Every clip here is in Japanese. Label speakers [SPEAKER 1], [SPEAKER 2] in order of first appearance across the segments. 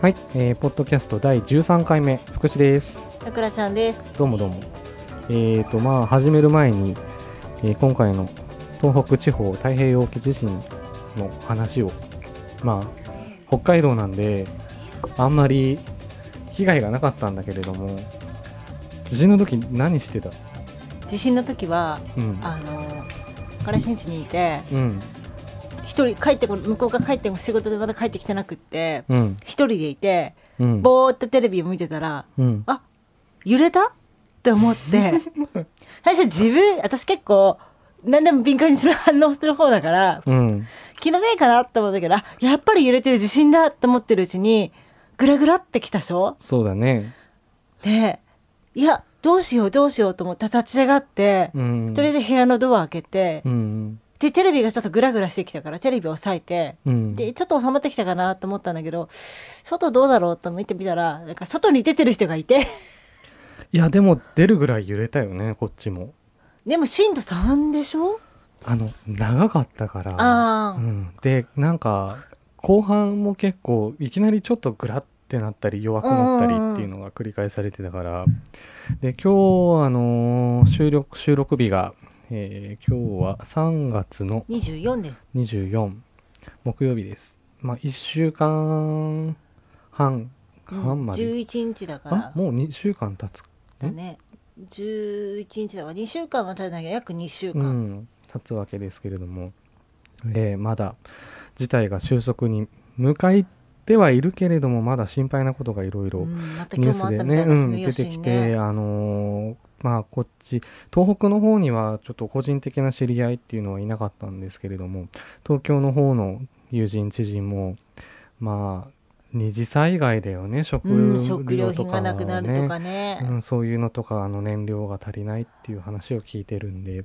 [SPEAKER 1] はい、えー、ポッドキャスト第13回目福士です
[SPEAKER 2] さくらちゃんです。
[SPEAKER 1] どうもどうもえーとまあ始める前に、えー今回の東北地方太平洋沖地震の話をまあ北海道なんであんまり被害がなかったんだけれども地震の時何してた
[SPEAKER 2] 地震の時は
[SPEAKER 1] うん
[SPEAKER 2] あの彼氏ん家にいて
[SPEAKER 1] うん
[SPEAKER 2] 一人帰ってこ向こうが帰っても仕事でまだ帰ってきてなくって
[SPEAKER 1] うん
[SPEAKER 2] 一人でいて
[SPEAKER 1] うん
[SPEAKER 2] ぼーっとテレビを見てたら
[SPEAKER 1] うん
[SPEAKER 2] あ揺れたって思って最初自分私結構何でも敏感にする反応する方だから
[SPEAKER 1] うん
[SPEAKER 2] 気のせいかなと思ったけどあやっぱり揺れてる地震だと思ってるうちにグラグラってきたでしょ
[SPEAKER 1] そうだね
[SPEAKER 2] でいやどうしようどうしようと思って立ち上がって、
[SPEAKER 1] うん
[SPEAKER 2] とりあえず部屋のドア開けて、
[SPEAKER 1] うん
[SPEAKER 2] でテレビがちょっとグラグラしてきたからテレビを押さえて、
[SPEAKER 1] うん
[SPEAKER 2] でちょっと収まってきたかなと思ったんだけど外どうだろうと見てみたらなんか外に出てる人がいて
[SPEAKER 1] いやでも出るぐらい揺れたよねこっちも
[SPEAKER 2] でも震度3でしょ
[SPEAKER 1] あの長かったから
[SPEAKER 2] あー
[SPEAKER 1] うん、でなんか後半も結構いきなりちょっとグラってなったり弱くなったりっていうのが繰り返されてたからで今日あのー収録収録日が、えー今日は3月の
[SPEAKER 2] 24で
[SPEAKER 1] 24木曜日ですまあ1週間半半まで、
[SPEAKER 2] 11日だか
[SPEAKER 1] あ
[SPEAKER 2] ら
[SPEAKER 1] もう2週間経つ
[SPEAKER 2] だね11日だから2週間は経たないけど約2週
[SPEAKER 1] う
[SPEAKER 2] 間、
[SPEAKER 1] ん、立つわけですけれども、えーまだ事態が収束に向かってはいるけれどもまだ心配なことがいろいろ
[SPEAKER 2] うんまた
[SPEAKER 1] ニュース
[SPEAKER 2] 今日もあっ
[SPEAKER 1] で
[SPEAKER 2] たみた
[SPEAKER 1] ね、
[SPEAKER 2] いな
[SPEAKER 1] う
[SPEAKER 2] す
[SPEAKER 1] ん、
[SPEAKER 2] み
[SPEAKER 1] 出
[SPEAKER 2] よしてに
[SPEAKER 1] きて、
[SPEAKER 2] ね、
[SPEAKER 1] あのーまあこっち東北の方にはちょっと個人的な知り合いっていうのはいなかったんですけれども東京の方の友人知人もまあ二次災害だよね食
[SPEAKER 2] うん、食料
[SPEAKER 1] 料と
[SPEAKER 2] 品
[SPEAKER 1] か
[SPEAKER 2] が
[SPEAKER 1] は
[SPEAKER 2] なくなるとかね
[SPEAKER 1] うん、そういうのとかあの燃料が足りないっていう話を聞いてるんで、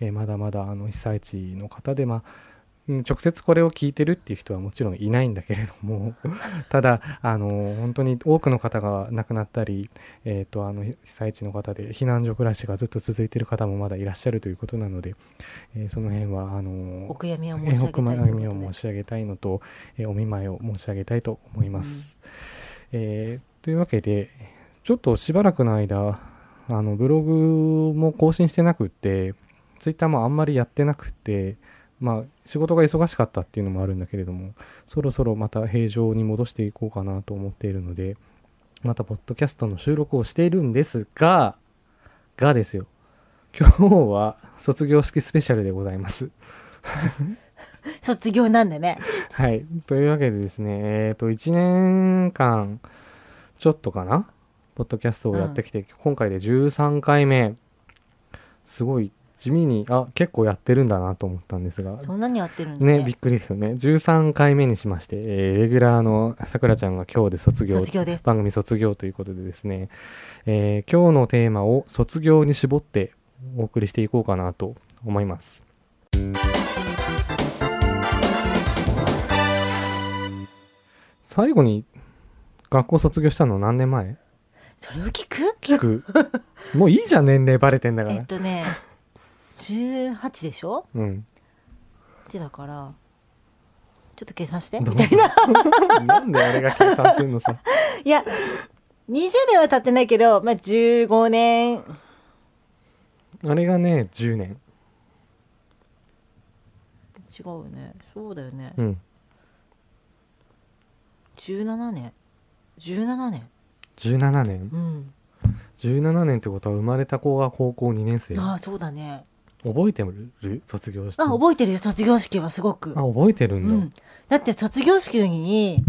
[SPEAKER 1] えーまだまだあの被災地の方で、まあ、うん直接これを聞いてるっていう人はもちろんいないんだけれども ただあの本当に多くの方が亡くなったり、えー、とあの被災地の方で避難所暮らしがずっと続いてる方もまだいらっしゃるということなので、えーその辺はあの
[SPEAKER 2] お悔やみを
[SPEAKER 1] えー
[SPEAKER 2] 申し
[SPEAKER 1] お
[SPEAKER 2] 上げ
[SPEAKER 1] 悔
[SPEAKER 2] た
[SPEAKER 1] や
[SPEAKER 2] いとい
[SPEAKER 1] み
[SPEAKER 2] うこと
[SPEAKER 1] を申
[SPEAKER 2] で
[SPEAKER 1] し上げたいのと、えーお見舞いを申し上げたいと思います。えーというわけで、ちょっとしばらくの間、あのブログも更新してなくって、ツイッターもあんまりやってなくって、まあ、仕事が忙しかったっていうのもあるんだけれども、そろそろまた平常に戻していこうかなと思っているので、またポッドキャストの収録をしているんですが、がですよ。今日は卒業式スペシャルでございます。
[SPEAKER 2] 卒業なんでね
[SPEAKER 1] はい。というわけでですね、えっ、と、1年間ちょっとかな、ポッドキャストをやってきて、今回で13回目。すごい地味に、あ、結構やってるんだなと思ったんですが、
[SPEAKER 2] そんなにやってるんだ
[SPEAKER 1] ね、びっくりですよね。13回目にしまして、えーレギュラーのさくらちゃんが今日で卒業、
[SPEAKER 2] 卒業です
[SPEAKER 1] 番組卒業ということでですね、えー今日のテーマを卒業に絞ってお送りしていこうかなと思います。最後に学校卒業したの何年前
[SPEAKER 2] それを聞く
[SPEAKER 1] 聞 く。もういいじゃん、年齢バレてんだか
[SPEAKER 2] えっ
[SPEAKER 1] ら。
[SPEAKER 2] とね18でしょ
[SPEAKER 1] うん。
[SPEAKER 2] ってだからちょっと計算して
[SPEAKER 1] ど
[SPEAKER 2] み
[SPEAKER 1] う
[SPEAKER 2] たい な
[SPEAKER 1] なんで俺が計算するのさ。
[SPEAKER 2] いや20年は経ってないけど、まあ、15年
[SPEAKER 1] あれがね、10年。
[SPEAKER 2] 違うよねそうだよね、
[SPEAKER 1] うん。
[SPEAKER 2] 17年17年
[SPEAKER 1] 17年。
[SPEAKER 2] うん
[SPEAKER 1] 17年ってことは生まれた子が高校2年生
[SPEAKER 2] ああそうだね
[SPEAKER 1] 覚えてる卒業して
[SPEAKER 2] あ覚えてるよ卒業式はすごく
[SPEAKER 1] あ覚えてる
[SPEAKER 2] うん
[SPEAKER 1] だ、
[SPEAKER 2] んだって卒業式の時に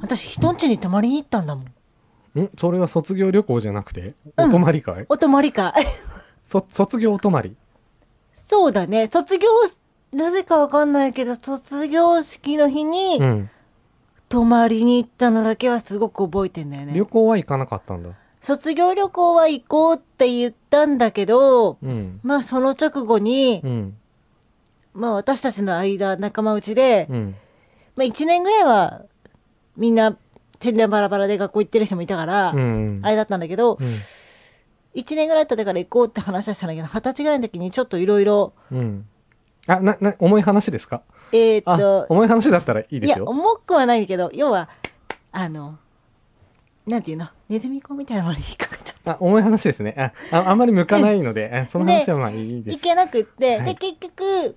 [SPEAKER 2] 私人ん家に泊まりに行ったんだもん
[SPEAKER 1] んそれは卒業旅行じゃなくて
[SPEAKER 2] うん
[SPEAKER 1] お泊まりかい、
[SPEAKER 2] お泊まりか
[SPEAKER 1] そ卒業お泊まり
[SPEAKER 2] そうだね卒業なぜかわかんないけど卒業式の日に、
[SPEAKER 1] うん
[SPEAKER 2] 泊まりに行ったのだけはすごく覚えてんだよね
[SPEAKER 1] 旅。行は行かなかったんだ
[SPEAKER 2] 卒業旅行は行こうって言ったんだけど、
[SPEAKER 1] うん
[SPEAKER 2] まあその直後に
[SPEAKER 1] う、ん
[SPEAKER 2] まあ私たちの間、仲間内で、
[SPEAKER 1] うん
[SPEAKER 2] まあ1年ぐらいはみんな全然バラバラで学校行ってる人もいたから、
[SPEAKER 1] うん
[SPEAKER 2] あれだったんだけど、
[SPEAKER 1] うん
[SPEAKER 2] 1年ぐらい経ってから行こうって話はしたんだけど、20歳ぐらいの時にちょっといろいろ、
[SPEAKER 1] うんあなな重い話ですか
[SPEAKER 2] えーっ
[SPEAKER 1] あ
[SPEAKER 2] と、
[SPEAKER 1] 重い話だったらいい
[SPEAKER 2] い
[SPEAKER 1] です
[SPEAKER 2] や、
[SPEAKER 1] よ
[SPEAKER 2] 重くはないけど、要は、あのなんていうのネズミ子みたいなものに引っかかっちゃっ
[SPEAKER 1] あ、重い話ですね。あ、ああんまり向かないので、あその話はまあいい
[SPEAKER 2] て
[SPEAKER 1] で
[SPEAKER 2] い
[SPEAKER 1] す。
[SPEAKER 2] けなくって、
[SPEAKER 1] は
[SPEAKER 2] で
[SPEAKER 1] い
[SPEAKER 2] 結局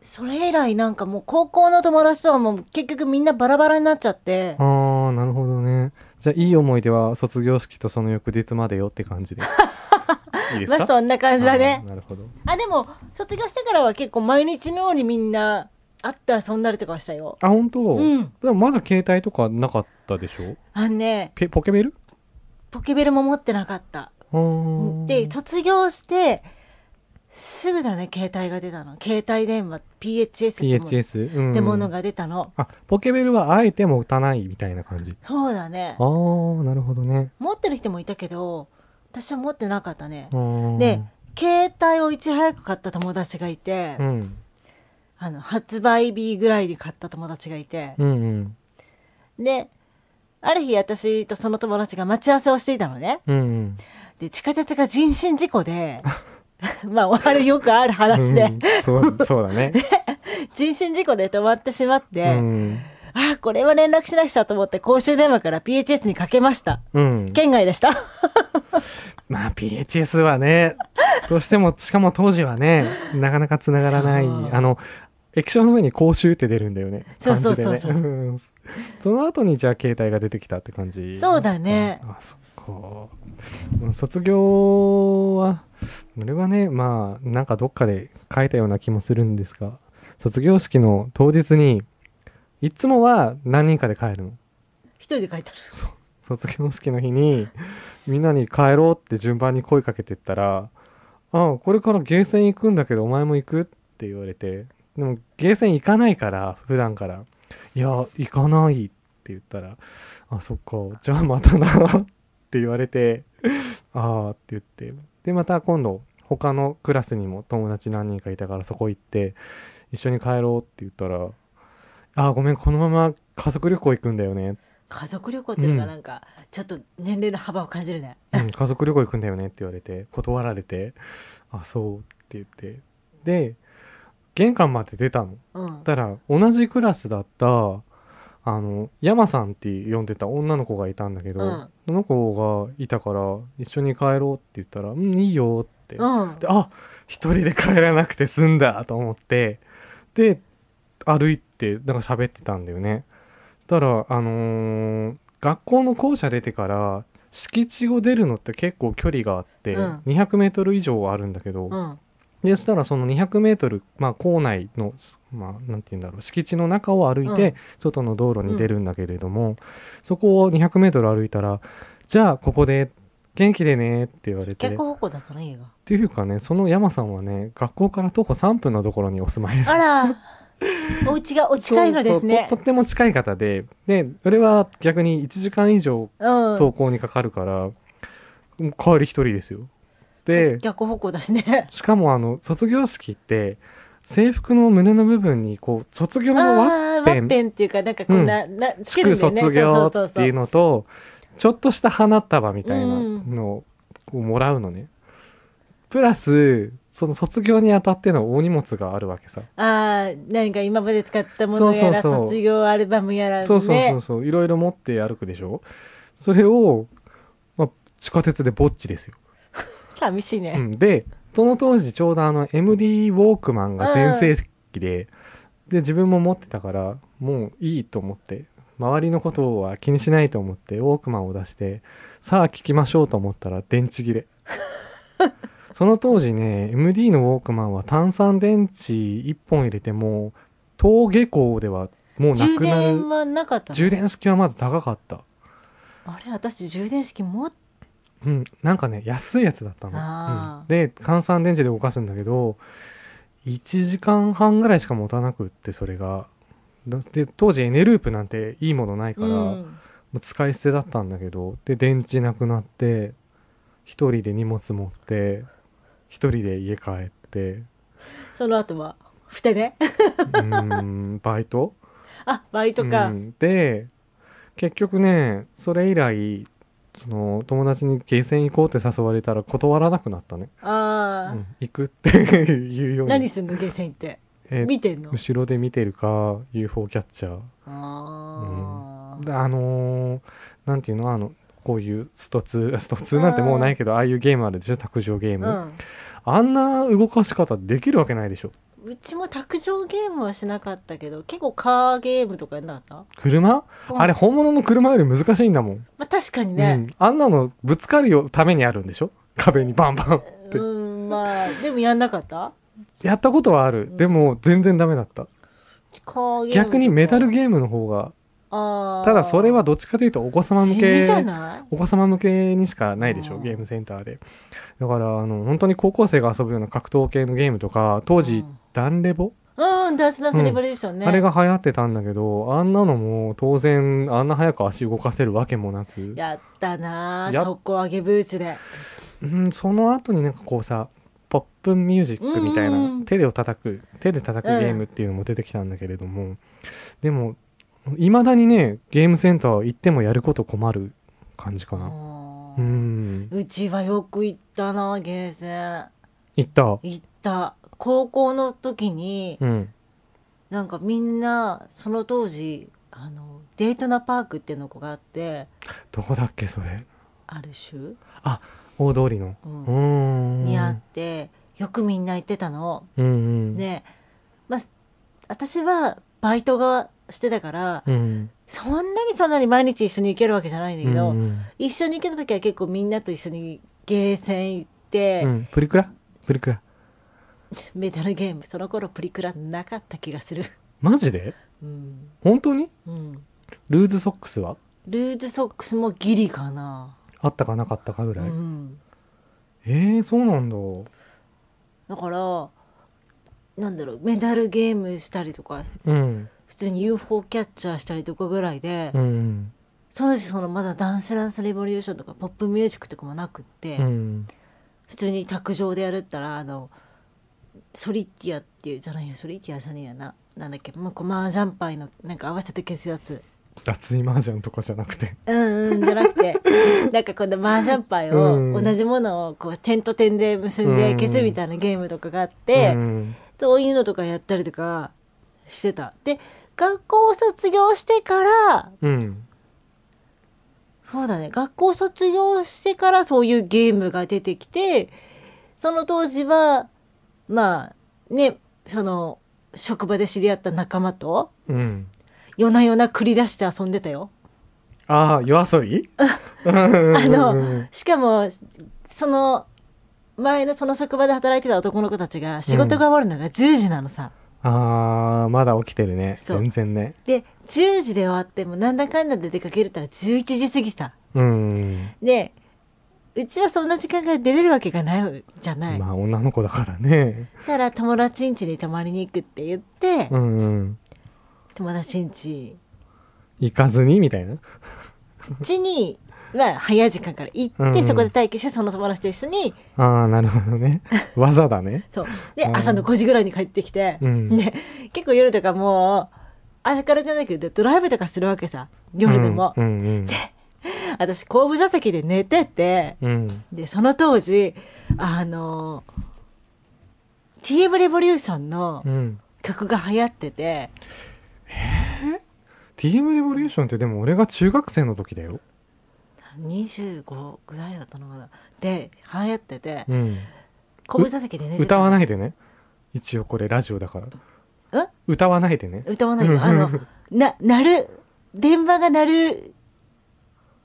[SPEAKER 2] それ以来なんかもう高校の友達とはもう結局みんなバラバラになっちゃって
[SPEAKER 1] あー、なるほどね。じゃあ、いい思い出は卒業式とその翌日までよって感じで。 いいです
[SPEAKER 2] ま
[SPEAKER 1] か
[SPEAKER 2] あそんな感じだね
[SPEAKER 1] あーなるほど。
[SPEAKER 2] あでも卒業してからは結構毎日のようにみんな会って遊んだりとかはしたよ
[SPEAKER 1] あ、本当。
[SPEAKER 2] うん
[SPEAKER 1] でもまだ携帯とかなかったでしょ
[SPEAKER 2] あのね
[SPEAKER 1] ペポケベル
[SPEAKER 2] ポケベルも持ってなかった
[SPEAKER 1] あー
[SPEAKER 2] で卒業してすぐだね携帯が出たの携帯電話 PHS っても
[SPEAKER 1] PHS。うん。
[SPEAKER 2] ってものが出たの、
[SPEAKER 1] あ、ポケベルはあえても打たないみたいな感じ。
[SPEAKER 2] そうだね
[SPEAKER 1] あー、なるほどね。
[SPEAKER 2] 持ってる人もいたけど私は持ってなかったね
[SPEAKER 1] あ、ー
[SPEAKER 2] で、携帯をいち早く買った友達がいて、
[SPEAKER 1] うん。
[SPEAKER 2] あの発売日ぐらいに買った友達がいて、
[SPEAKER 1] うんうん。
[SPEAKER 2] である日私とその友達が待ち合わせをしていたのね
[SPEAKER 1] うんうん。
[SPEAKER 2] で地下鉄が人身事故 でまああれよくある話で、
[SPEAKER 1] うんそう、そうだ ね。
[SPEAKER 2] 人身事故で止まってしまって、
[SPEAKER 1] うん。
[SPEAKER 2] ああ、これは連絡しなくちゃと思って、公衆電話から PHS にかけました。
[SPEAKER 1] うん。
[SPEAKER 2] 県外でした。
[SPEAKER 1] まあ PHS はね、どうしても、しかも当時はね、なかなか繋がらない。
[SPEAKER 2] そう
[SPEAKER 1] あの、液晶の上に公衆って出るんだよね。
[SPEAKER 2] そうそうそう
[SPEAKER 1] 漢字でねうんその後にじゃあ携帯が出てきたって感じ。
[SPEAKER 2] そうだね
[SPEAKER 1] うんあ、そっか。卒業は、それはね、まあ、なんかどっかで書いたような気もするんですが、卒業式の当日に、いつもは何人かで帰るの。
[SPEAKER 2] 一人で書いてある。
[SPEAKER 1] 卒業式の日にみんなに帰ろうって順番に声かけてったら「あこれからゲーセン行くんだけどお前も行く?」って言われてでもゲーセン行かないから普段から「いや行かない」って言ったら「あそっかじゃあまたな」って言われて「ああ」って言ってでまた今度他のクラスにも友達何人かいたからそこ行って一緒に帰ろうって言ったら「ああごめんこのまま家族旅行行くんだよね」
[SPEAKER 2] 家族旅行っていうの
[SPEAKER 1] う
[SPEAKER 2] が
[SPEAKER 1] ん
[SPEAKER 2] なんか、ちょっと年齢の幅を感じるね。
[SPEAKER 1] うん、家族旅行行くんだよねって言われて断られてあそうって言ってで玄関まで出たの
[SPEAKER 2] うん。
[SPEAKER 1] たら同じクラスだったあの山さんって呼んでた女の子がいたんだけど、
[SPEAKER 2] うん
[SPEAKER 1] その子がいたから一緒に帰ろうって言ったら「うんいいよ」って、
[SPEAKER 2] うん
[SPEAKER 1] で。あ一人で帰らなくて済んだと思ってで歩いてなんか喋ってたんだよねそしたらあのー学校の校舎出てから敷地を出るのって結構距離があって、
[SPEAKER 2] うん
[SPEAKER 1] 200メートル以上はあるんだけど、
[SPEAKER 2] うん。
[SPEAKER 1] でそしたらその200メートル、まあ、校内の、まあ、なんて言うんだろう敷地の中を歩いて、
[SPEAKER 2] うん
[SPEAKER 1] 外の道路に出るんだけれども、そこを200メートル歩いたらじゃあここで元気でねって言われて
[SPEAKER 2] 逆方向だったね、家が。
[SPEAKER 1] っていうかねその山さんはね学校から徒歩3分のところにお住まいで
[SPEAKER 2] あら、お家がお近いのですね
[SPEAKER 1] そうそうと。とっても近い方でで俺は逆に1時間以上
[SPEAKER 2] うん
[SPEAKER 1] 登。校にかかるから、帰り一人ですよで
[SPEAKER 2] 逆方向だしね。
[SPEAKER 1] しかもあの卒業式って制服の胸の部分にこう卒業
[SPEAKER 2] あ
[SPEAKER 1] の
[SPEAKER 2] あ
[SPEAKER 1] ワッ
[SPEAKER 2] ー、ワ
[SPEAKER 1] ペン
[SPEAKER 2] ッペンっていうか、なんかこんな、な、つける
[SPEAKER 1] 祝
[SPEAKER 2] んだよね。
[SPEAKER 1] 卒業
[SPEAKER 2] そう
[SPEAKER 1] っ
[SPEAKER 2] そ
[SPEAKER 1] ていうう
[SPEAKER 2] そう。
[SPEAKER 1] のとちょっとした花束みたいな
[SPEAKER 2] うん
[SPEAKER 1] のをこうもらうのねプラスその卒業にあたっての大荷物があるわけさ
[SPEAKER 2] ああ、何か今まで使ったものやら、
[SPEAKER 1] そうそうそう
[SPEAKER 2] 卒業アルバムやら、ね。
[SPEAKER 1] そうそうそうそういろいろ持って歩くでしょそれを、まあ、地下鉄でぼっちですよ、
[SPEAKER 2] 寂しいうね。
[SPEAKER 1] ん、でその当時ちょうどあの MD ウォークマンが全盛期で、で自分も持ってたからもういいと思って周りのことは気にしないと思ってウォークマンを出してさあ聞きましょうと思ったら電池切れその当時ね MD のウォークマンは炭酸電池1本入れても登下校ではもうな
[SPEAKER 2] 充
[SPEAKER 1] くなる
[SPEAKER 2] 電はなかったの
[SPEAKER 1] 充電式はまだ高かった、
[SPEAKER 2] あれ私充電式持っ
[SPEAKER 1] うん、なんかね安いやつだった
[SPEAKER 2] あー
[SPEAKER 1] の、うん、で換算電池で動かすんだけど1時間半ぐらいしか持たなくってそれがだで当時エネループなんていいものないから、
[SPEAKER 2] う
[SPEAKER 1] も
[SPEAKER 2] ん、
[SPEAKER 1] う使い捨てだったんだけどで電池なくなって一人で荷物持って一人で家帰 って
[SPEAKER 2] その後はふてね
[SPEAKER 1] うーんバイト
[SPEAKER 2] あバイトか、
[SPEAKER 1] うんで結局ねそれ以来その友達にゲーセン行こうって誘われたら断らなくなったね、
[SPEAKER 2] ああ、
[SPEAKER 1] うん行くって いうように
[SPEAKER 2] 何すんのゲーセン行って
[SPEAKER 1] えー
[SPEAKER 2] 見てんの
[SPEAKER 1] 後ろで見てるか UFO キャッチャー
[SPEAKER 2] あ
[SPEAKER 1] あのーなんていうのあのこういうストツースト ツーなんてもうないけどああいうゲームあるでしょ卓上ゲーム、
[SPEAKER 2] う
[SPEAKER 1] あんな動かし方できるわけないでしょ
[SPEAKER 2] ん、うちも卓上ゲームはしなかったけど結構カーゲームとかやんなかった
[SPEAKER 1] 車、
[SPEAKER 2] うん
[SPEAKER 1] あれ本物の車より難しいんだもん、
[SPEAKER 2] まあ確かに
[SPEAKER 1] う
[SPEAKER 2] ね
[SPEAKER 1] ん、あんなのぶつかるよためにあるんでしょ壁にバンバンっ
[SPEAKER 2] う
[SPEAKER 1] て
[SPEAKER 2] ん、まあでもやんなかった
[SPEAKER 1] やったことはある、でも全然ダメだった
[SPEAKER 2] カーゲームとか
[SPEAKER 1] 逆にメダルゲームの方が
[SPEAKER 2] あー
[SPEAKER 1] ただそれはどっちかというとお子様向
[SPEAKER 2] 地
[SPEAKER 1] け
[SPEAKER 2] 味じゃない
[SPEAKER 1] お子様向けにしかないでし
[SPEAKER 2] う
[SPEAKER 1] ょ
[SPEAKER 2] ん
[SPEAKER 1] ゲームセンターでだからあの本当に高校生が遊ぶような格闘系のゲームとか当
[SPEAKER 2] う
[SPEAKER 1] 時
[SPEAKER 2] ん
[SPEAKER 1] ダンレボ、
[SPEAKER 2] うんダンスダンスレボリューションね、
[SPEAKER 1] あれが流行ってたんだけどあんなのも当然あんな早く足動かせるわけもなく
[SPEAKER 2] やったな
[SPEAKER 1] やっ
[SPEAKER 2] 速攻上げブーツで
[SPEAKER 1] うん、その後になんかこうさポップンミュージックみたい
[SPEAKER 2] うんうん
[SPEAKER 1] な手で叩く手で叩くゲームっていうのも出てきたんだけれども、でもいまだにねゲームセンター行ってもやること困る感じか
[SPEAKER 2] う
[SPEAKER 1] な
[SPEAKER 2] ん
[SPEAKER 1] うん
[SPEAKER 2] うちはよく行ったなゲーセン
[SPEAKER 1] 行った
[SPEAKER 2] 行った高校の時に
[SPEAKER 1] うん
[SPEAKER 2] なんかみんなその当時あのデートナパークっていうのがあって
[SPEAKER 1] どこだっけそれ
[SPEAKER 2] ある種、
[SPEAKER 1] あ大通りの
[SPEAKER 2] う
[SPEAKER 1] うんん
[SPEAKER 2] にあってよくみんな行ってたの。
[SPEAKER 1] うんうん
[SPEAKER 2] で、まあ、私はバイトがしてたから、
[SPEAKER 1] うん
[SPEAKER 2] そんなにそんなに毎日一緒に行けるわけじゃないんだけど、
[SPEAKER 1] うんうん
[SPEAKER 2] 一緒に行けた時は結構みんなと一緒にゲーセン行って、
[SPEAKER 1] うんプリクラプリクラ
[SPEAKER 2] メダルゲームその頃プリクラなかった気がする。
[SPEAKER 1] マジで
[SPEAKER 2] うん
[SPEAKER 1] 本当に
[SPEAKER 2] うん、
[SPEAKER 1] ルーズソックスは
[SPEAKER 2] ルーズソックスもギリかな。
[SPEAKER 1] あったかなかったかぐらい、
[SPEAKER 2] うん、
[SPEAKER 1] えー、そうなんだ
[SPEAKER 2] だからなんだろうメダルゲームしたりとか
[SPEAKER 1] うん
[SPEAKER 2] 普通に UFO キャッチャーしたりとかぐらいで、
[SPEAKER 1] うん
[SPEAKER 2] その時そのまだダンスダンスレボリューションとかポップミュージックとかもなくって、
[SPEAKER 1] うん
[SPEAKER 2] 普通に卓上でやるったらあのソリティアっていうじゃないやソリティアじゃねえやななんだっけもうこうマージャンパイのなんか合わせて消すやつ
[SPEAKER 1] 脱衣麻雀とかじゃなくて
[SPEAKER 2] うんうんじゃなく てなんかこのマージャンパイ
[SPEAKER 1] う
[SPEAKER 2] を
[SPEAKER 1] ん
[SPEAKER 2] 同じものをこう点と点で結んで消すみたいなゲームとかがあって。
[SPEAKER 1] うん
[SPEAKER 2] そういうのとかやったりとかしてた。で、学校を卒業してから、
[SPEAKER 1] うん
[SPEAKER 2] そうだね、学校を卒業してからそういうゲームが出てきて、その当時は、まあ、ね、その、職場で知り合った仲間と、
[SPEAKER 1] うん
[SPEAKER 2] 夜な夜な繰り出して遊んでたよ。
[SPEAKER 1] ああ夜遊び
[SPEAKER 2] あ
[SPEAKER 1] うん
[SPEAKER 2] の、しかも、その、前のその職場で働いてた男の子たちが仕事が終わるのが10時なのさ。
[SPEAKER 1] ああまだ起きてるね
[SPEAKER 2] そう
[SPEAKER 1] 全然ね
[SPEAKER 2] で、10時で終わってもなんだかんだで出かけるったら11時過ぎさ。
[SPEAKER 1] うん
[SPEAKER 2] でうちはそんな時間が出れるわけがないじゃない、
[SPEAKER 1] まあ女の子だからね
[SPEAKER 2] だから友達ん家に泊まりに行くって言って、
[SPEAKER 1] うんうん
[SPEAKER 2] 友達ん家
[SPEAKER 1] 行かずにみたいな
[SPEAKER 2] 家には早い時間から行って、
[SPEAKER 1] うんうん
[SPEAKER 2] そこで待機してその友達と一緒に
[SPEAKER 1] ああなるほどね技だね
[SPEAKER 2] そうで
[SPEAKER 1] うん
[SPEAKER 2] 朝の5時ぐらいに帰ってきて、
[SPEAKER 1] うん
[SPEAKER 2] で結構夜とかもう明るくなってくるとドライブとかするわけさ夜でも、
[SPEAKER 1] うんうん
[SPEAKER 2] 私後部座席で寝てて
[SPEAKER 1] うん
[SPEAKER 2] でその当時あの TM レボリューションの
[SPEAKER 1] うんうん
[SPEAKER 2] 曲が流行ってて
[SPEAKER 1] TM レボリューションってでも俺が中学生の時だよ
[SPEAKER 2] 25ぐらいだったのかなで流行ってて
[SPEAKER 1] うん
[SPEAKER 2] 後部座席で寝て
[SPEAKER 1] 歌わ
[SPEAKER 2] い
[SPEAKER 1] ないでね一応これラジオだから
[SPEAKER 2] え
[SPEAKER 1] 歌わないでね
[SPEAKER 2] 歌わないよあのな鳴る電話が鳴る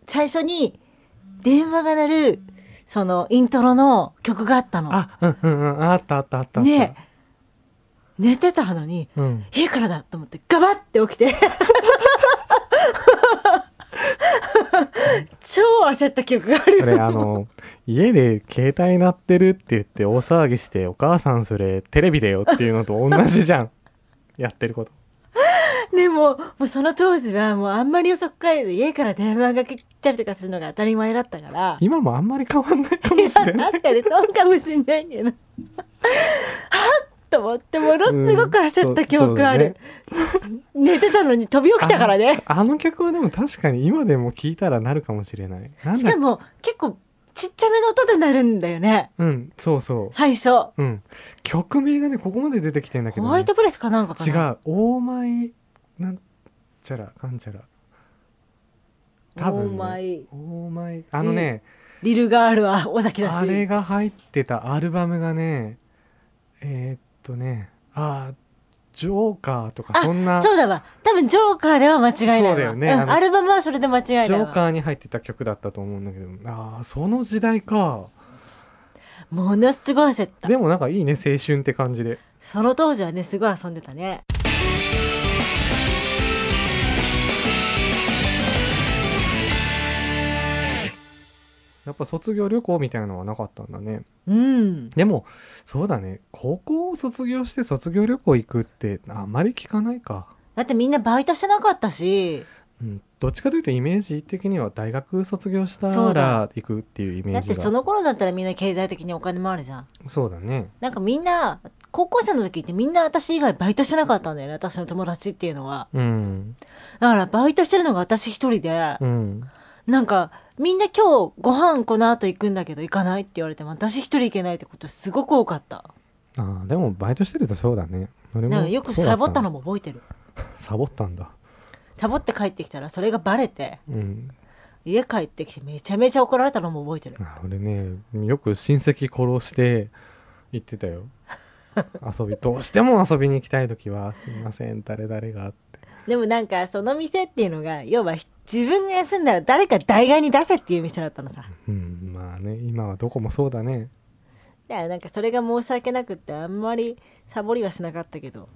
[SPEAKER 2] 最初に電話が鳴るそのイントロの曲があったの
[SPEAKER 1] あうんうんうんあったあったあったあった
[SPEAKER 2] ね寝てたのに
[SPEAKER 1] うん
[SPEAKER 2] 家からだと思ってガバッて起 きて超焦った記憶がある
[SPEAKER 1] それあの家で携帯鳴ってるって言って大騒ぎしてお母さんそれテレビだよっていうのと同じじ ゃんやってること
[SPEAKER 2] でも、もうその当時はもうあんまり遅く帰って家から電話が来たりとかするのが当たり前だったから。
[SPEAKER 1] 今もあんまり変わんないかもしれない
[SPEAKER 2] 確かにそうかもしんないけど。はっと思って、もの すごく焦った記憶がある。寝てたのに飛び起きたからね。
[SPEAKER 1] あの曲はでも確かに今でも聞いたらなるかもしれないなん
[SPEAKER 2] し
[SPEAKER 1] だ
[SPEAKER 2] かも結構ちっちゃめの音で鳴るんだよね。
[SPEAKER 1] うんそうそ
[SPEAKER 2] 最初。
[SPEAKER 1] ううん曲名がねここまで出てきてんだけ
[SPEAKER 2] ホ
[SPEAKER 1] ど
[SPEAKER 2] ワ
[SPEAKER 1] ね、
[SPEAKER 2] イトプレスかなんかか
[SPEAKER 1] 違
[SPEAKER 2] な。
[SPEAKER 1] う「オーマイなんちゃらかんちゃら多
[SPEAKER 2] オ
[SPEAKER 1] 分
[SPEAKER 2] ーマイ
[SPEAKER 1] オーマイあのね、
[SPEAKER 2] リルガールは尾崎だし
[SPEAKER 1] あれが入ってたアルバムがねえーっとねあージョーカーとか
[SPEAKER 2] あ
[SPEAKER 1] そんなジ
[SPEAKER 2] そうだわ多分ジョーカーでは間違いないわ
[SPEAKER 1] そうだよね
[SPEAKER 2] ん
[SPEAKER 1] あの
[SPEAKER 2] アルバムはそれで間違いないわ
[SPEAKER 1] ョーカーに入ってた曲だったと思うんだけどああその時代か
[SPEAKER 2] ものすごい焦った
[SPEAKER 1] でもなんかいいね青春って感じで
[SPEAKER 2] その当時はねすごい遊んでたね
[SPEAKER 1] やっぱ卒業旅行みたいなのはなかったんだね
[SPEAKER 2] うん
[SPEAKER 1] でもそうだね高校を卒業して卒業旅行行くってあまり聞かないか、
[SPEAKER 2] だってみんなバイトしてなかったし
[SPEAKER 1] うん、どっちかというとイメージ的には大学卒業した
[SPEAKER 2] そう
[SPEAKER 1] ら
[SPEAKER 2] だ
[SPEAKER 1] 行くっていうイメ
[SPEAKER 2] だ
[SPEAKER 1] ー
[SPEAKER 2] っ
[SPEAKER 1] ジ
[SPEAKER 2] て
[SPEAKER 1] が
[SPEAKER 2] その頃だったらみんな経済的にお金もあるじゃん
[SPEAKER 1] そうだね
[SPEAKER 2] なんかみんな高校生の時ってみんな私以外バイトしてなかったんだよね私の友達っていうのは
[SPEAKER 1] うん
[SPEAKER 2] だからバイトしてるのが私一人で、
[SPEAKER 1] うん
[SPEAKER 2] なんかみんな今日ご飯この後行くんだけど行かないって言われても私一人行けないってことすごく多かった
[SPEAKER 1] ああでもバイトしてるとそうだね俺も
[SPEAKER 2] なんかよく
[SPEAKER 1] そうだ
[SPEAKER 2] サボった
[SPEAKER 1] な
[SPEAKER 2] のも覚えてる
[SPEAKER 1] サボったんだ
[SPEAKER 2] サボって帰ってきたらそれがバレて
[SPEAKER 1] うん
[SPEAKER 2] 家帰ってきてめちゃめちゃ怒られたのも覚えてる
[SPEAKER 1] あ俺ねよく親戚殺して行ってた よ遊びどうしても遊びに行きたい時は「すいません誰々が」って
[SPEAKER 2] でもなんかその店っていうのが要は自分が休んだら誰か代替に出せっていう店だったのさ
[SPEAKER 1] うんまあね今はどこもそうだね
[SPEAKER 2] だからなんかそれが申し訳なくってあんまりサボりはしなかったけど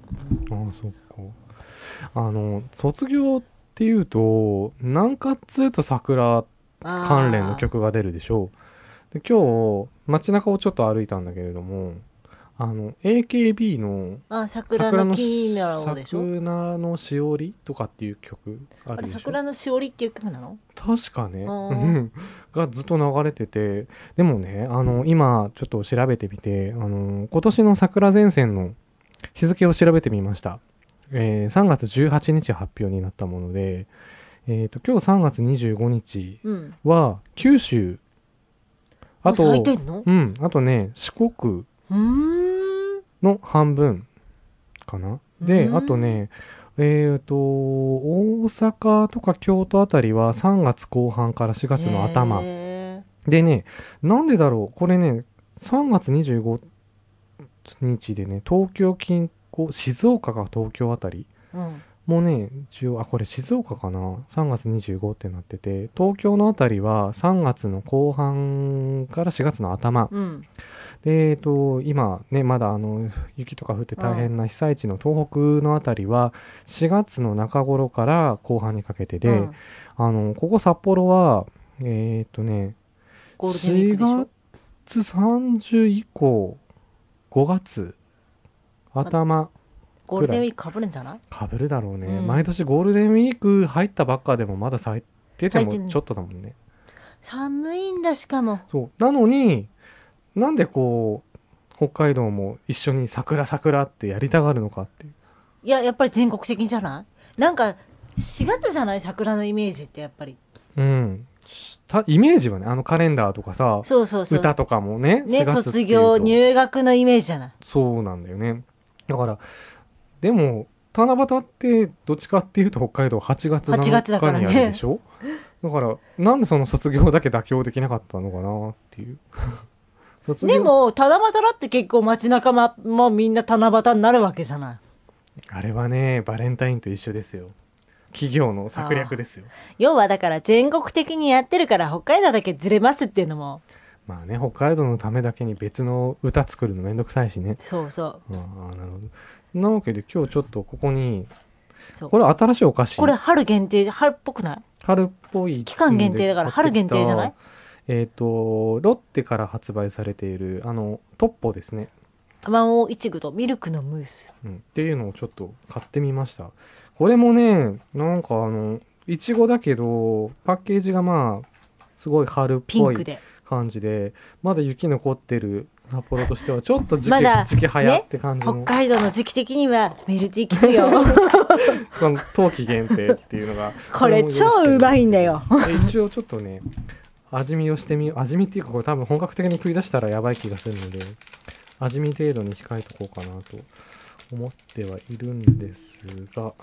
[SPEAKER 1] ああそっかあの卒業っていうと南かっつうと桜
[SPEAKER 2] あー
[SPEAKER 1] 関連の曲が出るでしょうで今日街中をちょっと歩いたんだけれどもあの AKB の
[SPEAKER 2] あ桜の木なのでしょ
[SPEAKER 1] 桜のしおりとかっていう曲あ
[SPEAKER 2] あ
[SPEAKER 1] る
[SPEAKER 2] れ
[SPEAKER 1] でしょ
[SPEAKER 2] 桜のしおりっていう曲なの
[SPEAKER 1] 確かね、
[SPEAKER 2] あー
[SPEAKER 1] うんがずっと流れててでもねあの今ちょっと調べてみてあの今年の桜前線の日付を調べてみました、えー3月18日発表になったもので、えー、と今日3月25日
[SPEAKER 2] うん
[SPEAKER 1] は九州あと
[SPEAKER 2] もう咲いてんの
[SPEAKER 1] うん、あとね四国
[SPEAKER 2] うーん
[SPEAKER 1] の半分かなで
[SPEAKER 2] うん
[SPEAKER 1] あとねえっ、と大阪とか京都あたりは3月後半から4月の頭
[SPEAKER 2] へ
[SPEAKER 1] でねなんでだろうこれね3月25日でね東京近郊静岡が東京あたり
[SPEAKER 2] ーうん
[SPEAKER 1] もうね一応あこれ静岡かな3月25ってなってて東京のあたりは3月の後半から4月の頭、
[SPEAKER 2] うん
[SPEAKER 1] でえっと今ねまだあの雪とか降って大変な被災地の東北のあたりは4月の中頃から後半にかけてで、
[SPEAKER 2] うん
[SPEAKER 1] あのここ札幌はえっ、とね
[SPEAKER 2] ゴールデンウィークでしょ
[SPEAKER 1] 4月30以降5月頭
[SPEAKER 2] ゴールデンウィークかぶるんじゃない
[SPEAKER 1] かぶるだろうね、
[SPEAKER 2] うん
[SPEAKER 1] 毎年ゴールデンウィーク入ったばっかでもまだ咲いてて
[SPEAKER 2] 咲いてん
[SPEAKER 1] も
[SPEAKER 2] の
[SPEAKER 1] ちょっとだもんね
[SPEAKER 2] 寒いんだしかも
[SPEAKER 1] そうなのになんでこう北海道も一緒に桜桜ってやりたがるのかっていう
[SPEAKER 2] いややっぱり全国的じゃないなんか4月じゃない桜のイメージってやっぱり
[SPEAKER 1] うんしたイメージはねあのカレンダーとかさ
[SPEAKER 2] そうそうそう
[SPEAKER 1] 歌とかもね
[SPEAKER 2] ね
[SPEAKER 1] 4月って
[SPEAKER 2] 卒
[SPEAKER 1] いうと
[SPEAKER 2] 業入学のイメージじゃない
[SPEAKER 1] そうなんだよねだからでも七夕ってどっちかっていうと北海道8月
[SPEAKER 2] 8月
[SPEAKER 1] 7
[SPEAKER 2] だか
[SPEAKER 1] 日
[SPEAKER 2] ら
[SPEAKER 1] に
[SPEAKER 2] ね
[SPEAKER 1] やるでしょだから,、なんでその卒業だけ妥協できなかったのかなっていう 卒業
[SPEAKER 2] でも七夕だって結構街中ももうみんな七夕になるわけじゃない
[SPEAKER 1] あれはねバレンタインと一緒ですよ企業の策略ですよ
[SPEAKER 2] 要はだから全国的にやってるから北海道だけずれますっていうのも
[SPEAKER 1] まあね北海道のためだけに別の歌作るのめんどくさいしね
[SPEAKER 2] そう
[SPEAKER 1] あ
[SPEAKER 2] そ
[SPEAKER 1] あなるほどなわけで今日ちょっとここに
[SPEAKER 2] うそう
[SPEAKER 1] これ新しいお菓子
[SPEAKER 2] これ春限定春っぽくない
[SPEAKER 1] 春っぽい期
[SPEAKER 2] 間限定だから春限定じゃない
[SPEAKER 1] えっ、とロッテから発売されているあのトッポですね、
[SPEAKER 2] あまおういちごとミルクのムース
[SPEAKER 1] うん、っていうのをちょっと買ってみましたこれもねなんかあのいちごだけどパッケージがまあすごい春っ
[SPEAKER 2] ピ
[SPEAKER 1] ぽ
[SPEAKER 2] ンク
[SPEAKER 1] い
[SPEAKER 2] で
[SPEAKER 1] 感じでまだ雪残ってる札幌としてはちょっと時期,、
[SPEAKER 2] まだ
[SPEAKER 1] 時期早って感じの、
[SPEAKER 2] 北海道の時期的にはメルティーキ スよ
[SPEAKER 1] その冬季限定っていうのが
[SPEAKER 2] これ超うまいんだよ
[SPEAKER 1] で一応ちょっとね味見をしてみ味見っていうかこれ多分本格的に食い出したらやばい気がするので味見程度に控えとこうかなと思ってはいるんですがちょ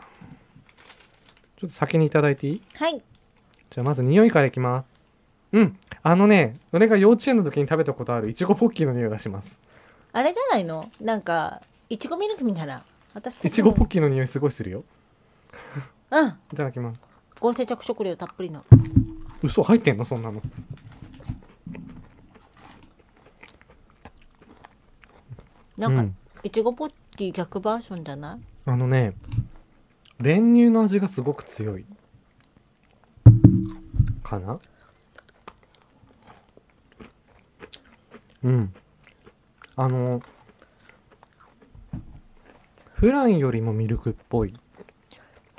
[SPEAKER 1] っと先にいただいていい
[SPEAKER 2] はい
[SPEAKER 1] じゃあまず匂いからいきます。うん。あのね、俺が幼稚園の時に食べたことあるいちごポッキーの匂いがします。
[SPEAKER 2] あれじゃないのなんか、いちごミルクみたいな。私
[SPEAKER 1] いちごポッ
[SPEAKER 2] キ
[SPEAKER 1] キーの匂いすごいするよ。
[SPEAKER 2] うん。
[SPEAKER 1] いただきます。
[SPEAKER 2] 合成着色料たっぷりの。
[SPEAKER 1] 嘘入ってんのそんなの。
[SPEAKER 2] なんか、
[SPEAKER 1] うん
[SPEAKER 2] いちごポッキー逆バージョンじゃない
[SPEAKER 1] あのね、練乳の味がすごく強い。かなうん。あの、フランよりもミルクっぽい。
[SPEAKER 2] ちょ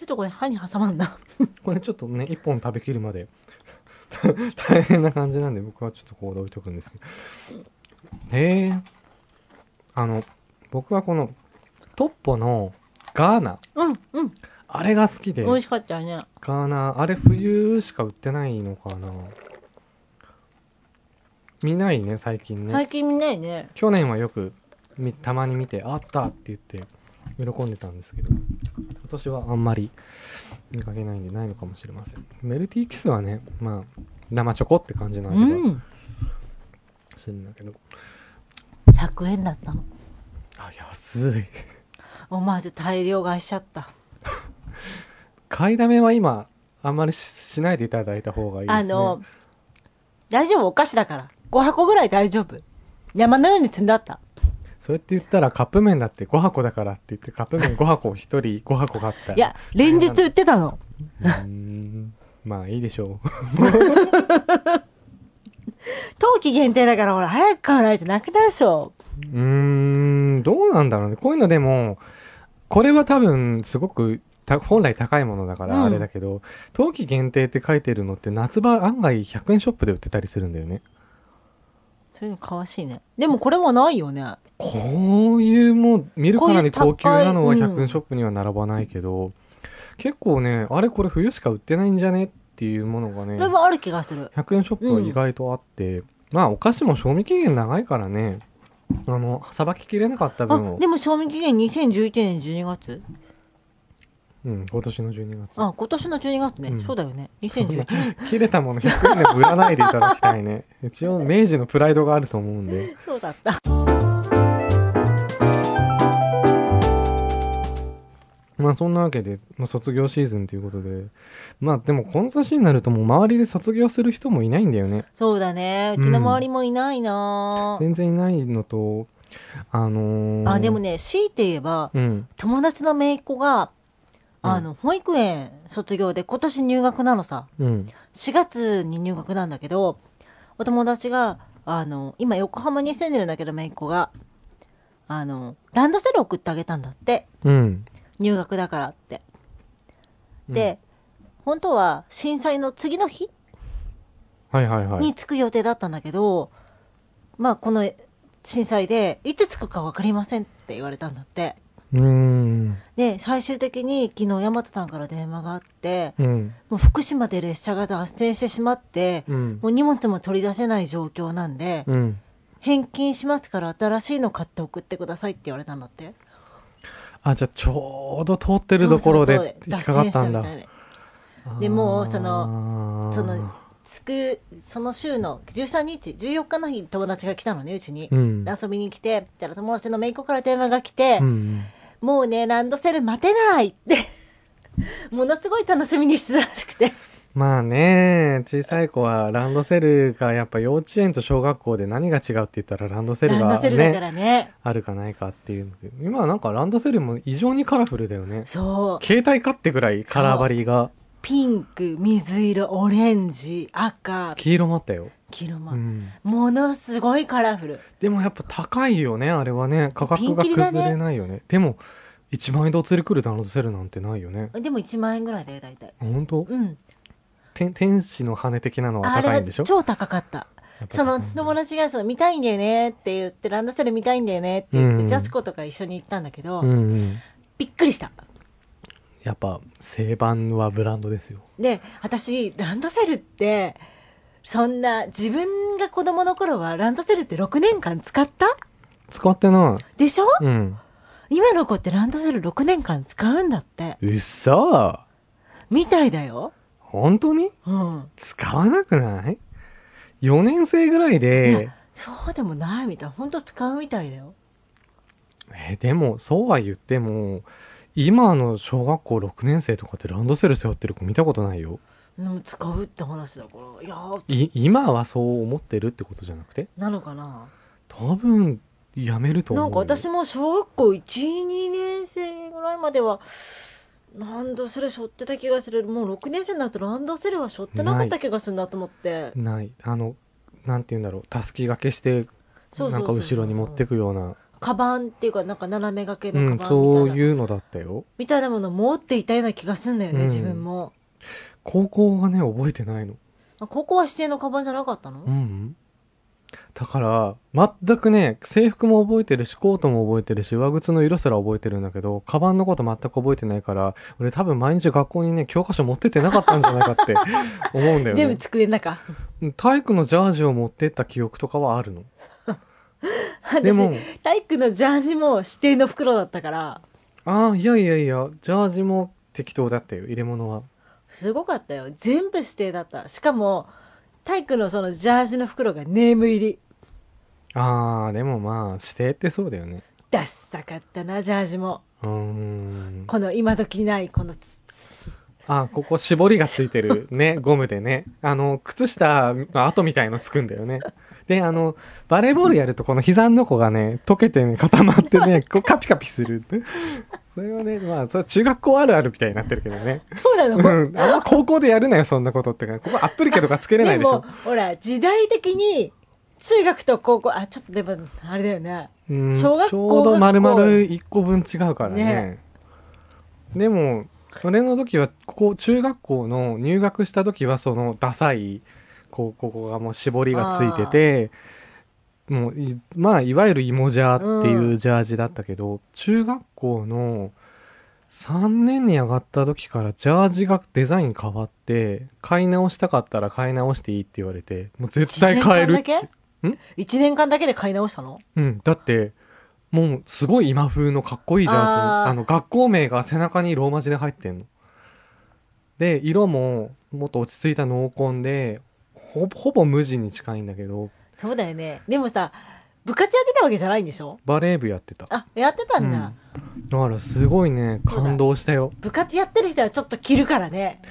[SPEAKER 2] っとこれ歯に挟まんな。
[SPEAKER 1] これちょっとね、一本食べきるまで 大変な感じなんで、僕はちょっとこう置いとくんですけど。へえ。あの、僕はこの、トッポのガーナ。
[SPEAKER 2] うん、うん。
[SPEAKER 1] あれが好きで。
[SPEAKER 2] 美味しかったよね。
[SPEAKER 1] かなあれ冬しか売ってないのかな見ないね最近ね、
[SPEAKER 2] 最近見ないね。
[SPEAKER 1] 去年はよく見たまに見てあったって言って喜んでたんですけど今年はあんまり見かけないんでないのかもしれませんメルティーキスはねまあ生チョコって感じの
[SPEAKER 2] う
[SPEAKER 1] 味が
[SPEAKER 2] ん。
[SPEAKER 1] するんだけど、
[SPEAKER 2] 100円だったの。
[SPEAKER 1] あ安い
[SPEAKER 2] 思わず大量買いしちゃった。
[SPEAKER 1] 買いだめは今あんまりししないでいただいた方がいいで
[SPEAKER 2] あ
[SPEAKER 1] すね
[SPEAKER 2] の、大丈夫、お菓子だから。5箱ぐらい大丈夫。山のように積んだった。
[SPEAKER 1] そうやって言ったらカップ麺だって5箱だからって言ってカップ麺5箱1人5箱買ったら
[SPEAKER 2] いや、連日売ってたの。
[SPEAKER 1] うーんまあいいでしょう。
[SPEAKER 2] 冬季限定だから、ほら、早く買わないとなくなるでしょ。
[SPEAKER 1] うーん、どうなんだろうね。こういうのでも、これは多分すごくた本来高いものだか
[SPEAKER 2] う
[SPEAKER 1] ら
[SPEAKER 2] ん
[SPEAKER 1] あれだけど、冬季限定って書いてるのって夏場案外100円ショップで売ってたりするんだよね。
[SPEAKER 2] そういうのかわしいね。でもこれもないよね。
[SPEAKER 1] こういうもう見るからに
[SPEAKER 2] こう
[SPEAKER 1] 高
[SPEAKER 2] いう
[SPEAKER 1] 級
[SPEAKER 2] 高い
[SPEAKER 1] なのは
[SPEAKER 2] うん
[SPEAKER 1] 100円ショップには並ばないけど、結構ね、あれこれ冬しか売ってないんじゃねっていうものがね
[SPEAKER 2] こ、れもある気がする。
[SPEAKER 1] 100円ショップは意外とあって、まあお菓子も賞味期限長いからね、あの、さばききれなかった
[SPEAKER 2] あ
[SPEAKER 1] 分を、。
[SPEAKER 2] でも賞味期限2011年12月
[SPEAKER 1] うん、今年の12月。
[SPEAKER 2] あ、今年の12月ね。
[SPEAKER 1] うん
[SPEAKER 2] そうだよね。2011年。
[SPEAKER 1] 切れたもの100円でも売らないでいただきたい ね。一応、明治のプライドがあると思うんで。
[SPEAKER 2] そうだった。
[SPEAKER 1] まあ、そんなわけで、まあ、卒業シーズンということで。まあ、でも、この年になるともう周りで卒業する人もいないんだよね。
[SPEAKER 2] そうだね。うちの周りもいないな、
[SPEAKER 1] 全然いないのと、あのー、
[SPEAKER 2] あ、でもね、強いて言えば、
[SPEAKER 1] うん。
[SPEAKER 2] 友達の姪っ子が、
[SPEAKER 1] うん
[SPEAKER 2] あの、保育園卒業で今年入学なのさ。
[SPEAKER 1] うん。
[SPEAKER 2] 4月に入学なんだけど、お友達が、あの、今横浜に住んでるんだけど、姪っ子が、あの、ランドセル送ってあげたんだって。
[SPEAKER 1] うん。
[SPEAKER 2] 入学だからって。で、本当は震災の次の日
[SPEAKER 1] はいはいはい。
[SPEAKER 2] に着く予定だったんだけど、まあこの震災でいつ着くか分かりませんって言われたんだって。
[SPEAKER 1] うーん。
[SPEAKER 2] で、最終的に昨日大和さんから電話があって、
[SPEAKER 1] うん。
[SPEAKER 2] もう福島で列車が脱線してしまって、
[SPEAKER 1] うん
[SPEAKER 2] も。う荷物も取り出せない状況なんで、
[SPEAKER 1] うん。
[SPEAKER 2] 返金しますから新しいの買って送ってくださいって言われたんだって。
[SPEAKER 1] あ、じゃあ、ちょうど通ってるところで引っかかったんだ。
[SPEAKER 2] いなでもうそ
[SPEAKER 1] の
[SPEAKER 2] そのつくその週の13日14日の日に友達が来たのねうちに、
[SPEAKER 1] うん
[SPEAKER 2] で遊びに来てそしたら友達の姪っ子から電話が来て、
[SPEAKER 1] うん。
[SPEAKER 2] もうねランドセル待てないって ものすごい楽しみにしてたらしくて
[SPEAKER 1] まあね、小さい子はランドセルがやっぱ幼稚園と小学校で何が違うって言ったらランドセル
[SPEAKER 2] ランド
[SPEAKER 1] が
[SPEAKER 2] セルだか
[SPEAKER 1] ね、
[SPEAKER 2] らね
[SPEAKER 1] あるかないかっていうので。今はなんかランドセルも異常にカラフルだよね。
[SPEAKER 2] そう
[SPEAKER 1] 携帯かってぐらいカラーバリーが
[SPEAKER 2] ピンク水色オレンジ赤
[SPEAKER 1] 黄色もあったよ。
[SPEAKER 2] 黄色も、
[SPEAKER 1] うん。
[SPEAKER 2] ものすごいカラフル
[SPEAKER 1] でもやっぱ高いよね、あれはね。価格が
[SPEAKER 2] ピンキリだね
[SPEAKER 1] 崩れないよね。でも、1万円でお釣り来るランドセルなんてないよね。
[SPEAKER 2] でも1万円ぐらいだよ大体
[SPEAKER 1] 本当、
[SPEAKER 2] うん
[SPEAKER 1] 天天使の羽的なのは
[SPEAKER 2] あれ
[SPEAKER 1] 高い
[SPEAKER 2] は
[SPEAKER 1] んでしょ
[SPEAKER 2] 超高かった
[SPEAKER 1] やっぱ
[SPEAKER 2] その友達がその見たいんだよねって言ってランドセル見たいんだよねって言って、
[SPEAKER 1] うん
[SPEAKER 2] ジャスコとか一緒に行ったんだけど、
[SPEAKER 1] うんうん。
[SPEAKER 2] びっくりした
[SPEAKER 1] やっぱ、正版はブランドですよ。
[SPEAKER 2] で私ランドセルってそんな自分が子供の頃はランドセルって6年間使った
[SPEAKER 1] 使ってな
[SPEAKER 2] でしょ、
[SPEAKER 1] い。うん。
[SPEAKER 2] 今の子ってランドセル6年間使うんだって
[SPEAKER 1] うっそー
[SPEAKER 2] みたいだよ
[SPEAKER 1] 本当に
[SPEAKER 2] うん。
[SPEAKER 1] 使わなくない ?4 年生ぐらい
[SPEAKER 2] い
[SPEAKER 1] で
[SPEAKER 2] や、そうでもないみたい。ほんと使うみたいだよ。
[SPEAKER 1] えーでも、そうは言っても、今の小学校6年生とかってランドセル背負ってる子見たことないよ。
[SPEAKER 2] でも使うって話だから。いやー
[SPEAKER 1] い、今はそう思ってるってことじゃなくて
[SPEAKER 2] なのかな
[SPEAKER 1] 多分、やめると思う
[SPEAKER 2] な
[SPEAKER 1] よ。
[SPEAKER 2] んか私も小学校12年生ぐらいまではランドセル背負ってた気がするもう6年生になるとランドセルは背負ってなかった気がするなと思って
[SPEAKER 1] ない。あの、なんて言うんだろう。たすきがけして、
[SPEAKER 2] そうそ
[SPEAKER 1] な
[SPEAKER 2] うんそ
[SPEAKER 1] か
[SPEAKER 2] う
[SPEAKER 1] 後
[SPEAKER 2] そう
[SPEAKER 1] ろに持ってくような。
[SPEAKER 2] カバンっていうかなんか斜め掛け
[SPEAKER 1] う
[SPEAKER 2] の
[SPEAKER 1] ん、
[SPEAKER 2] カバンみたいな、
[SPEAKER 1] そういうのだったよ。
[SPEAKER 2] みたいなものを持っていたような気がするんだよね、
[SPEAKER 1] うん
[SPEAKER 2] 自分も
[SPEAKER 1] 高校はね、覚えてないの。
[SPEAKER 2] あここは指定のカバンじゃなかったの、
[SPEAKER 1] うん。だから、全くね、制服も覚えてるし、コートも覚えてるし、上靴の色すら覚えてるんだけど、カバンのこと全く覚えてないから、俺多分毎日学校にね、教科書持ってってなかったんじゃないかって思うんだよ
[SPEAKER 2] 全部
[SPEAKER 1] ね。
[SPEAKER 2] 机の中
[SPEAKER 1] 体育のジャージを持ってった記憶とかはあるの。でも
[SPEAKER 2] 私体育のジャージも指定の袋だったから
[SPEAKER 1] ああ、いやいやいや、ジャージも適当だったよ、入れ物は。
[SPEAKER 2] すごかったよ全部指定だったしかも体育のそのジャージの袋がネーム入り
[SPEAKER 1] ああ、でもまあ、指定ってそうだよね。
[SPEAKER 2] ダッサかったなジャージも
[SPEAKER 1] うーん。
[SPEAKER 2] この今時ないこのつつ
[SPEAKER 1] あ、ここ絞りがついてるね、ゴムでね。あの、靴下の跡みたいのつくんだよね。で、あの、バレーボールやるとこの膝の子がね、溶けてね、固まってね、こうカピカピする。それはね、まあ、それは中学校あるあるみたいになってるけどね。
[SPEAKER 2] そうなの
[SPEAKER 1] うん。あんま高校でやるなよ、そんなことってか。ここアップリケとかつけれない
[SPEAKER 2] で
[SPEAKER 1] でし
[SPEAKER 2] も
[SPEAKER 1] ょ。
[SPEAKER 2] ほら時代的に中学と高校あちょっとでもあれだよね
[SPEAKER 1] うん
[SPEAKER 2] 小学校
[SPEAKER 1] ちょうど丸々1個分違うからね
[SPEAKER 2] ね
[SPEAKER 1] でもそれの時はここ中学校の入学した時はそのダサいこうここがもう絞りがついててもういまあいわゆる芋ジャーっていうジャージだったけど、中学校の3年に上がった時からジャージがデザイン変わって買い直したかったら買い直していいって言われてもう絶対買えるっ
[SPEAKER 2] 1年間だけ
[SPEAKER 1] ん
[SPEAKER 2] 1年間だけで買い直したの
[SPEAKER 1] うん、だって、もうすごい今風のかっこいいジャージ
[SPEAKER 2] あー
[SPEAKER 1] あの、学校名が背中にローマ字で入ってんの。で、色ももっと落ち着いた濃紺で、ほぼほぼ無地に近いんだけど、
[SPEAKER 2] そうだよねでもさ部活やってたわけじゃないんでしょ
[SPEAKER 1] バレー部やってた。だ
[SPEAKER 2] あやってたんだ、
[SPEAKER 1] からすごいね、
[SPEAKER 2] そうだ
[SPEAKER 1] 感動したよ。
[SPEAKER 2] 部活やってる人はちょっと着るからね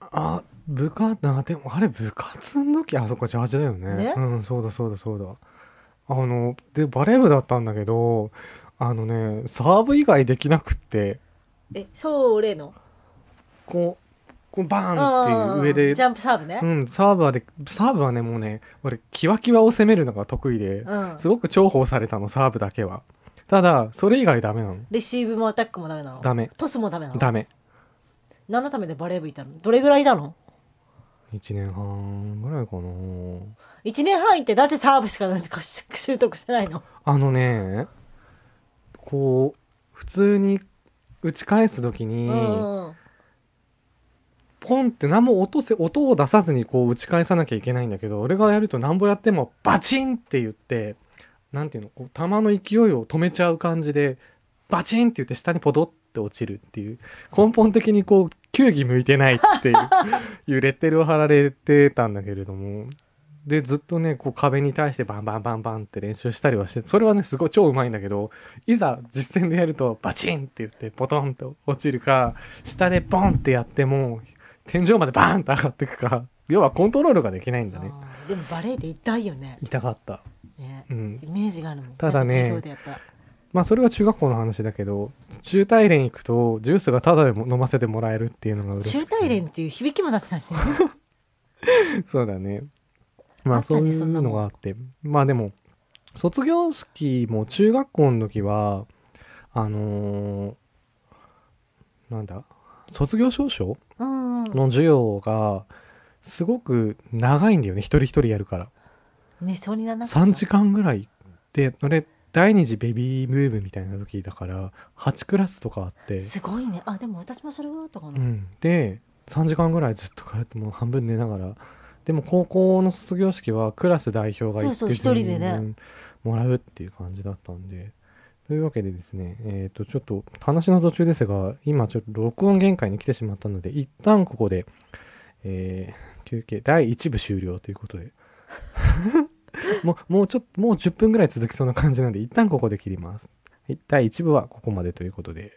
[SPEAKER 1] あ、部活、あ、でもあれ部活の時、あ、そっか、ジャージだよね。
[SPEAKER 2] ね
[SPEAKER 1] うん、そうだそうだそうだ。あの、で、バレー部だったんだけど、あのね、サーブ以外できなくって、
[SPEAKER 2] えそれの
[SPEAKER 1] こう、こうバーンっ
[SPEAKER 2] あー
[SPEAKER 1] ていう上で
[SPEAKER 2] ジ、ャンプサーブね
[SPEAKER 1] う、ん、サーブはで、サーブはね、もうね、俺、キワキワを攻めるのが得意で、
[SPEAKER 2] うん
[SPEAKER 1] すごく重宝されたの、サーブだけは。ただ、それ以外ダメなの。
[SPEAKER 2] レシーブもアタックもダメなの
[SPEAKER 1] ダメ
[SPEAKER 2] トスもダメなの
[SPEAKER 1] ダメ。
[SPEAKER 2] 何のためでバレー部いたのどれぐらいいたの
[SPEAKER 1] 1年半ぐらいかな
[SPEAKER 2] 1年半いってなぜサーブしかなんかし習得してないの
[SPEAKER 1] あのね、こう、普通に打ち返すときに、
[SPEAKER 2] うんうん
[SPEAKER 1] ポンって何も音せ、音を出さずにこう打ち返さなきゃいけないんだけど、俺がやると何ぼやってもバチンって言って、なんていうの、こう球の勢いを止めちゃう感じで、バチンって言って下にポドって落ちるっていう、根本的にこう、球技向いてないっていう、 いうレッテルを貼られてたんだけれども、で、ずっとね、こう壁に対してバンバンバンバンって練習したりはして、それはね、すごい超うまいんだけど、いざ実戦でやるとバチンって言ってポトンと落ちるか、下でボンってやっても、天井までバーンって上がってくか、要はコントロールができないんだね。
[SPEAKER 2] あーでもバレーで痛いよね
[SPEAKER 1] 痛かった。
[SPEAKER 2] ね
[SPEAKER 1] うん
[SPEAKER 2] イ。メージがあるもん
[SPEAKER 1] ただね
[SPEAKER 2] なんか授業でやった
[SPEAKER 1] まあそれは中学校の話だけど、中大連行くとジュースがタダでも飲ませてもらえるっていうのが嬉しい。
[SPEAKER 2] 中大連っていう響きも懐かしいね
[SPEAKER 1] そうだね。ま
[SPEAKER 2] あ
[SPEAKER 1] あ
[SPEAKER 2] った
[SPEAKER 1] そ
[SPEAKER 2] ね
[SPEAKER 1] うい
[SPEAKER 2] そ
[SPEAKER 1] うん
[SPEAKER 2] なもん
[SPEAKER 1] のがあって。まあでも、卒業式も中学校の時は、あのーなんだ、卒業証書
[SPEAKER 2] うんう ん
[SPEAKER 1] の授業が、すごく長いんだよね、一人一人やるから。
[SPEAKER 2] 寝そうにならなかった
[SPEAKER 1] 3時間ぐらいで俺第二次ベビームーブみたいな時だから8クラスとかあって、
[SPEAKER 2] すごいねあでも私もそれぐらいだったか
[SPEAKER 1] う
[SPEAKER 2] な、
[SPEAKER 1] ん、で3時間ぐらいずっとこうやってもう半分寝ながらでも高校の卒業式はクラス代表が行って
[SPEAKER 2] そうそう一人でね
[SPEAKER 1] 全員もらうっていう感じだったんでというわけでですね、えっ、と、ちょっと話の途中ですが、今ちょっと録音限界に来てしまったので、一旦ここで、えー休憩、第1部終了ということで。 もう、もうちょっと、もう10分ぐらい続きそうな感じなんで、一旦ここで切ります。はい第1部はここまでということで、